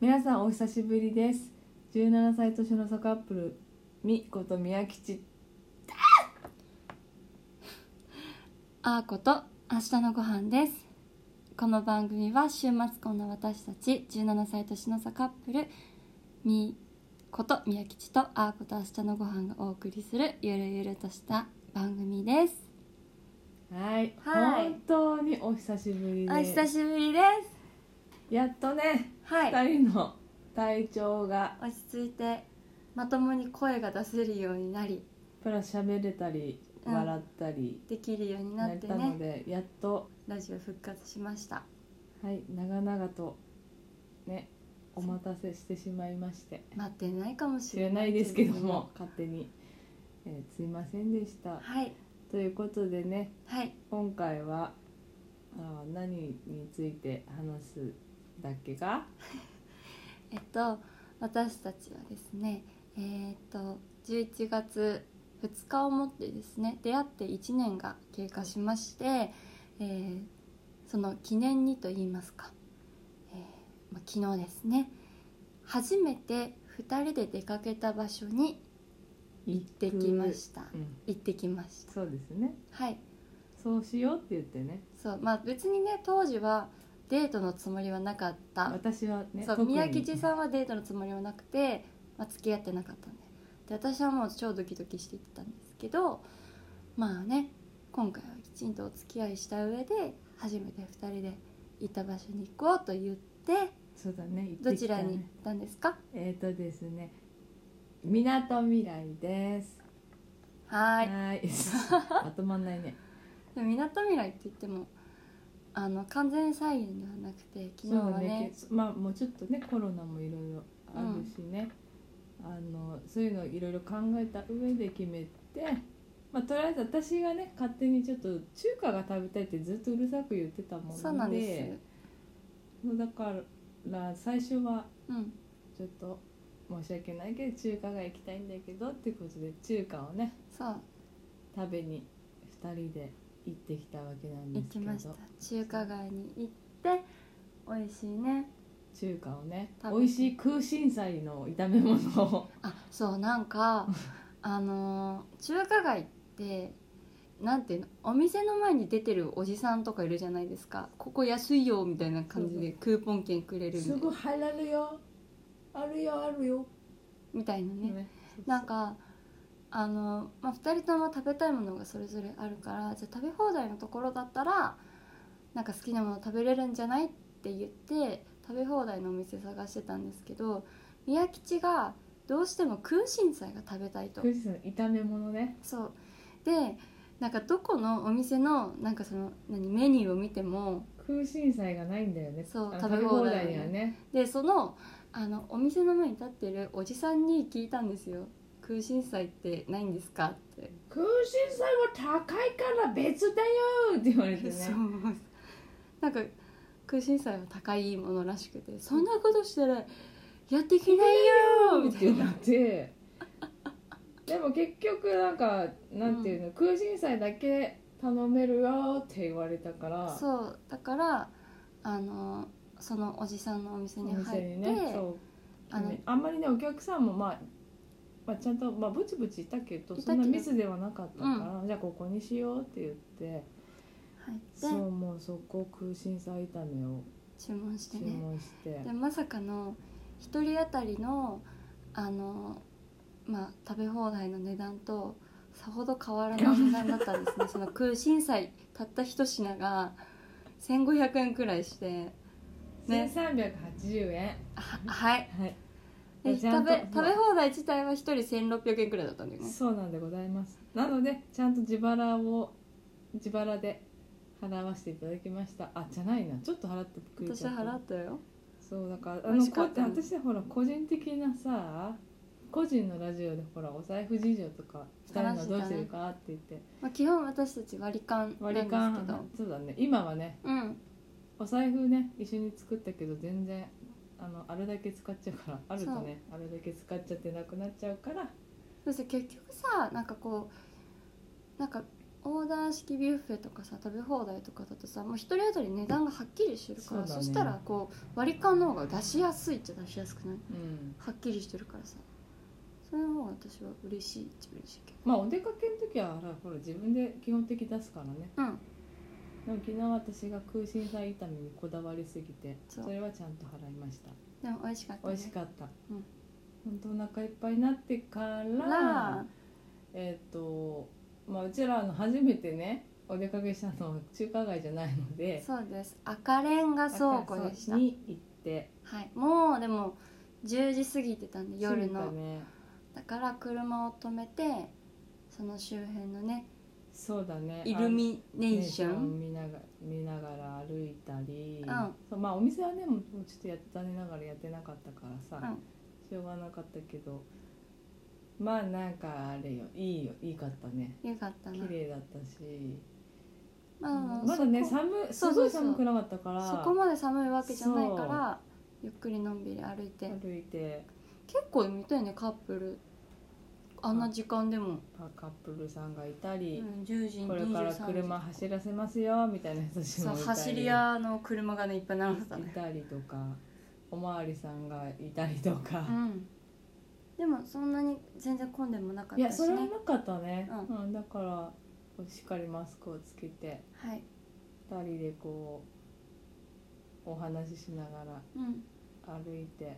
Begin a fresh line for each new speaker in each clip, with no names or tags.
皆さんお久しぶりです17歳年の差カップルみこと宮吉
あーこと明日のご飯ですこの番組は週末婚の私たち17歳年の差カップルみーこと宮吉とあーこと明日のご飯がお送りするゆるゆるとした番組です
はい、
はい
本当にお久しぶりで
お久しぶりです
やっとね、
は
二
い
人の体調が
落ち着いてまともに声が出せるようになり
プラス喋れたり
うん
笑ったり、
できるようにな
な
っ
ってたの
ね
で、やっと
ラジオ復活しました
はい長々とねお待たせしてしまいまして
待ってないかもし
知
れ
ら
な
ないいですけども勝手に、えーすいませんでした
はい
ということでね
はい
今回はあー何について話すだっけか
えっと私たちはですねえーっと11月2日をもってですね出会って1年が経過しまして、えーその記念にと言いますか、えーまあ、昨日ですね初めて2人で出かけた場所に行ってきました
うん
行ってきました
そうですね
はい
そうしようって言ってね
そうまあ別にね当時はデートのつもりはなかった
私はね
そう
特に
宮吉さんはデートのつもりはなくて、まあ、付き合ってなかったんでで私はもう超ドキドキしていってたんですけどまあね今回はきちんとお付き合いした上で初めて2人で行った場所に行こうと言って
そうだね行ってきた
ど
ね
ちらに行ったんですか
えっ、とですねみなとみらいです
はーい
ー い まとまんないね
でもみなとみらいって言ってもあの完全再現ではなくて昨日
そ
は
う
ね
けまあもうちょっとねコロナもいろいろあるしね、あのそういうのいろいろ考えた上で決めて、まあ、とりあえず私がね勝手にちょっと中華が食べたいってずっとうるさく言ってたもんで
そうなんです
もうだから最初は
うん
ちょっと申し訳ないけど中華が行きたいんだけどってことで中華をね
そう
食べに2人で行ってきたわけなんで
行
すけ
きました
ど
中華街に行って美味しいね
中華をね
食べて
美味しい空心菜の炒め物を
あそうなんかあのー中華街ってなんていうのお店の前に出てるおじさんとかいるじゃないですかここ安いよみたいな感じでクーポン券くれるみた
す
い
ぐ
な
入らるよあるよあるよ、
みたいなね
ね
なんかあの、まあ、2人とも食べたいものがそれぞれあるからじゃあ食べ放題のところだったらなんか好きなもの食べれるんじゃないって言って食べ放題のお店探してたんですけど宮吉がどうしても空心菜が食べたいと
富士山炒め物ね
そうでなんかどこのお店のなんかその何メニューを見ても
空心菜がないんだよね
そう
あの
食べ放題
にはね
でそのあのお店の前に立ってるおじさんに聞いたんですよ「空心菜ってないんですか?」って、
空心菜は高いから別だよって言われてね
そうなんか空心菜は高いものらしくて「そんなことしたらやっていけないよ!」み
ったて
い
な
な
ってでも結局なんかなんていうの、空心菜だけ頼めるよって言われたから
そうだからあのそのおじさんのお店
お
に入
店
って
にねそう
あの
ねあんまりねお客さんもまあまあ、ちゃんと、まあ、ブチブチいたけど
いたけど
そんなミスではなかったから、じゃあここにしようって言って
入
そ
って
うもうそこ空心菜炒めを
注文して
注
ね
文して、
でまさかの1人当たりのあの、まあ、食べ放題の値段とさほど変わらない値段だった んですねその空心菜たった一品が1500円くらいしてね
1380円
ははい
はい
で
ちゃ
食
んと
べ食べ放題自体は1人1600円くらいだったんだよね
そうなんでございますなのでちゃんと自腹を自腹で払わせていただきましたあじゃないなちょっと払ってくれ
私
ちゃ
は
った
払ったよ
そうだからあの
美味し
こう
か
や
っ
って
た
私ほら個人的なさ個人のラジオでほらお財布事情とか2人
話し
のど
てたね
うしてるかって言って
まあ、基本私たち割り勘なん
割
で
り
すけど
勘そうだね今はね
うん
お財布ね一緒に作ったけど全然あのあれだけ使っちゃうからあるとねあれだけ使っちゃってなくなっちゃうから
そうですね結局さなんかこうなんかオーダー式ビュッフェとかさ食べ放題とかだとさもう一人当たり値段がはっきりしてるから
そうだ
そ,、
ね
したらこう割り勘の方が出しやすいっちゃ出しやすくない
うん、
はっきりしてるからさそれの方が私は嬉しいっちゃ嬉しいけ
まあお出かけの時はほらほら自分で基本的出すからね
どうん
でも昨日私が空心菜炒めにこだわりすぎて
そ
そうれはちゃんと払いました
でも美味しかった、ね、
美味しかった、
うん
本当お腹いっぱいになってから
ら
えっ、とまあうちらの初めてねお出かけしたのは中華街じゃないので
そうです赤レンガ倉庫でした
に行って
はいもうでも10時過ぎてたんで夜
着い
の
たね
だから車を止めてその周辺のね
そうだね
イルミネ
あの
ーショ
を
ン
見なが見ながら歩いたり、
うん
そうまあお店はねもうちょっとやっ残念ながらやってなかったからさ、
うん
しょうがなかったけどまあなんかあれよいいよいいかったね
よかったな
綺麗だったし、
まあ
まだね
そこ
寒いす
そう
ご
そうそう
い寒くなかったから
そこまで寒いわけじゃないからゆっくりのんびり歩いて
歩いて
結構見たよねカップルあんな時間でも、
パカップルさんがいた
う
り、
ん、10時に
これから車
23時
走らせますよみたいな人たち
そ
もいうたり
走り屋の車がねいっぱい並んでた
い
ね
たりとかおまわりさんがいたりとか、
うんでもそんなに全然混んでもなかっ
い
た
や
し
それは
ね
なかったね、
う
うんだからしっかりマスクをつけて
はい
2人でこうお話ししながら
うん
歩いて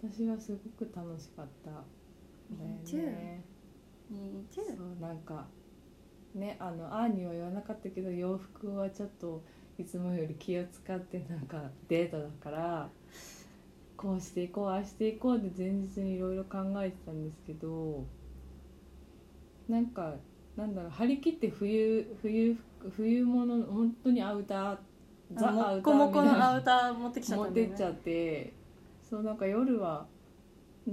私はすごく楽しかったんだよ
Me too
ね
にち
そうなんかねあのあーには言わなかったけど洋服はちょっといつもより気を使ってなんかデートだからこうしていこうああしていこうで前日にいろいろ考えてたんですけどなんかなんだろう張り切って冬冬服冬物本当にアウターザア
も
ウ
っ
タ
こ
ー
も
みた
こ
い
の
な
アウター持ってきちゃっ
持っ
たんだ
て
よ
っちゃっ
ね
てそうなんか夜は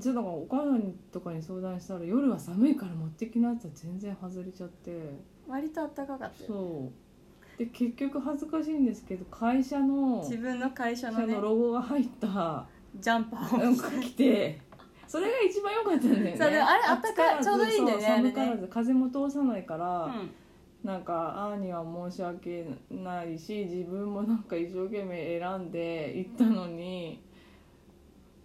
ちょっとなんかお母さんとかに相談したら夜は寒いから持ってきなって言ったら全然外れちゃって
割と暖かかったよ
そうで結局恥ずかしいんですけど会社の
自分の会社
会
の
社
ね
のロゴが入った
ジャンパーを
なんか着てそれが一番良かったんだよね
そうでもあれあったかい
暑らず
ちょうどいいんだよね
そう
あれね
寒からず風も通さないか
う
ら、
ん
なんかあーには申し訳ないし自分もなんか一生懸命選んで行ったのに、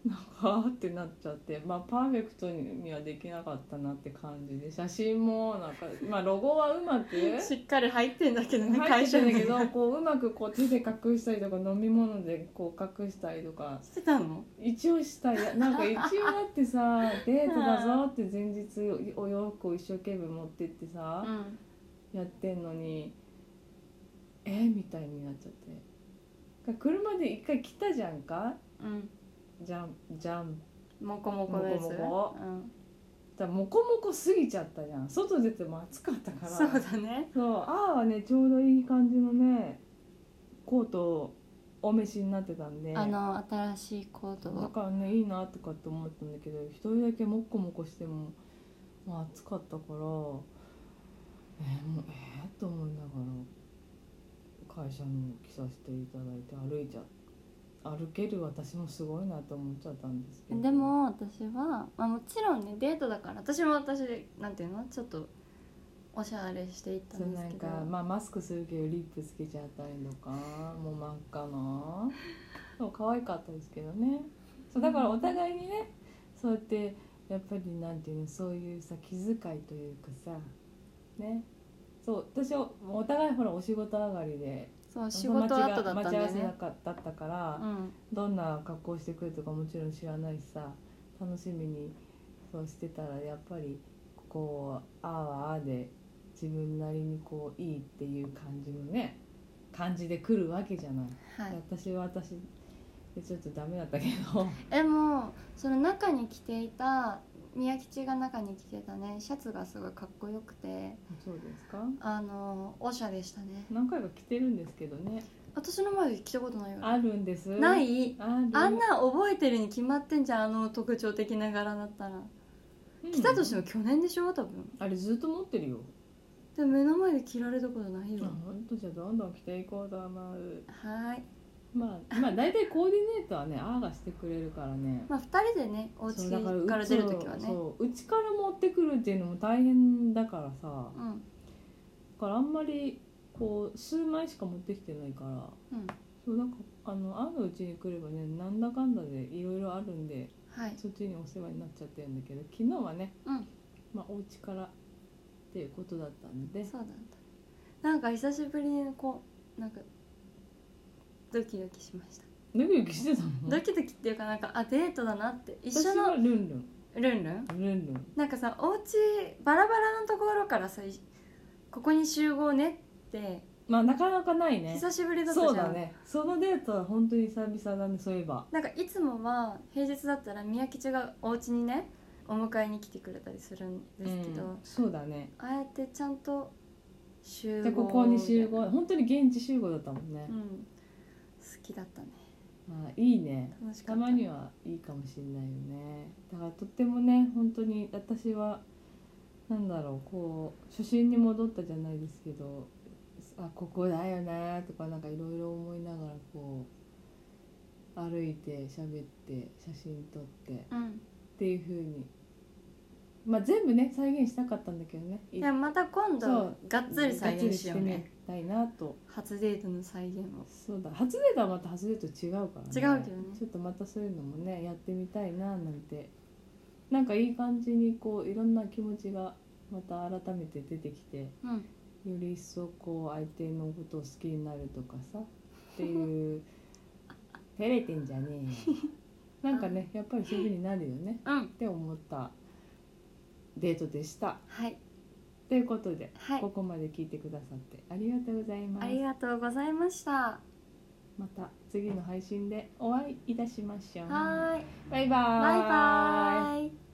なんかあーってなっちゃってまあパーフェクトにはできなかったなって感じで写真もなんかまあロゴはうまく
しっかり入ってんだけどね
入
会
ってた
社
んだ
だ
け
けど
どこううまくこう手で隠したりとか飲み物でこう隠したりとか
してたの
一応したいなんか一応だってさデートだぞって前日お洋服を一生懸命持ってってさ、
うん
やってんのにえみたいになっちゃってだから車で一回来たじゃんか
うん
ジャンジャン
もこもこのやつ
もこもこ
うん
だからモコモコ過ぎちゃったじゃん外出ても暑かったから
そうだね
そうあーはねちょうどいい感じのねコートをお召しになってたんで
あの新しいコート
だ
を
からねいいなとかって思ったんだけど一人だけモコモコしても、まあ、暑かったからえー、もうえー、と思いながら会社に来させていただいて歩いちゃ歩ける私もすごいなと思っちゃったんですけど
でも私は、まあ、もちろんねデートだから私も私でなんていうのちょっとおしゃれしていった
そうん
で
な
す
ん
けど
か、まあ、マスクするけどリップつけちゃったりとかもう真っ赤なそう可愛かったですけどねそうだからお互いにねそうやってやっぱりなんていうのそういうさ気遣いというかさねそう私はお互いほらお仕事上がりで
そう仕事後だ
その待ち
ったんだ
が
よ
待ち合わ
ね
せだかだったから、
うん
どんな格好してくるとかもちろん知らないしさ楽しみにそうしてたらやっぱりこうああはああで自分なりにこういいっていう感じのね感じで来るわけじゃない、
はい
私は私でちょっとダメだったけ ど
でもその中に着ていた宮吉が中に着てたねシャツがすごいかっこよくて
そうですか
あのおしゃれしたね
何回か着てるんですけどね
私の前で着たことないよね
あるんです
ない
ある
あんな覚えてるに決まってんじゃんあの特徴的な柄だったら
うん
着たとしても去年でしょ多分
あれずっと持ってるよ、
でも目の前で着られたことないよ
あほんとじゃあどんどん着ていこうと思う
はーい
まあまあ大体コーディネートはねああがしてくれるからね
まあ2人でねお
そ
家
うだらう
から出る時は
そう
ね
そううちから持ってくるっていうのも大変だからさ
うん
からあんまりこう数枚しか持ってきてないから
うん
そうなんかあの会ううちに来ればねなんだかんだでいろいろあるんで
はい
そっちにお世話になっちゃってるんだけど昨日はね、
うん
まあ、お家からっていうことだったんで
そうなんだなんか久しぶりにこうなんかドキドキしました
ドキドキしてたもん
ドキドキっていうかなんかあデートだなって一
私
緒
は
の
ルンルン
ルンルン
ルンルン
なんかさお家バラバラのところからさいここに集合ねって
まあなかなかないね
久しぶりだったじゃ
そ
ん
うだねそのデートは本当に久々だねそういえば
なんかいつもは平日だったら宮吉がお家にねお迎えに来てくれたりするんですけど、
うんそうだね
ああやってちゃんと集合
でここに集
み
合本当に現地集合だったもんね
たいな、う、ん、好きだったね
あいいね
楽しか
た
った
まにはいいかもしれないよねだからとってもね本当に私はなんだろうこう初心に戻ったじゃないですけどあここだよなとかなんかいろいろ思いながらこう歩いて喋って写真撮ってっ
うん
ていう風にまあ全部ね再現したかったんだけどね
でもまた今
そ
度
う
がっつり再現しよう
がっつり
ね
てみたいなと
初デートの再現を
そうだ初デートはまた初デート違うから
違うけどね
ちょっとまたそういうのもねやってみたいななんてなんかいい感じにこういろんな気持ちがまた改めて出てきてよ
うん
り一層こう相手のことを好きになるとかさっていう 照れてんじゃねえよなんかねやっぱりそういう風になるよね
うん
って思ったデートでした
はい
ということで、
はい
ここまで聞いてくださってありがとうございます
ありがとうございました
また次の配信でお会いいたしましょう。
はーい
バイバーイ。
バイバーイ